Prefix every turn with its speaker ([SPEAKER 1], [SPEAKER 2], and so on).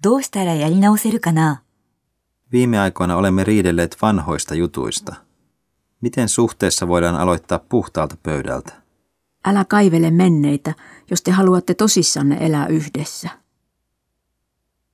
[SPEAKER 1] どうしたらやり直せるかな
[SPEAKER 2] Viime aikoina olemme riidelleet vanhoista jutuista. Miten suhteessa voidaan aloittaa puhtaalta pöydältä?
[SPEAKER 3] Älä kaivele menneitä, jos te haluatte tosissanne elää yhdessä.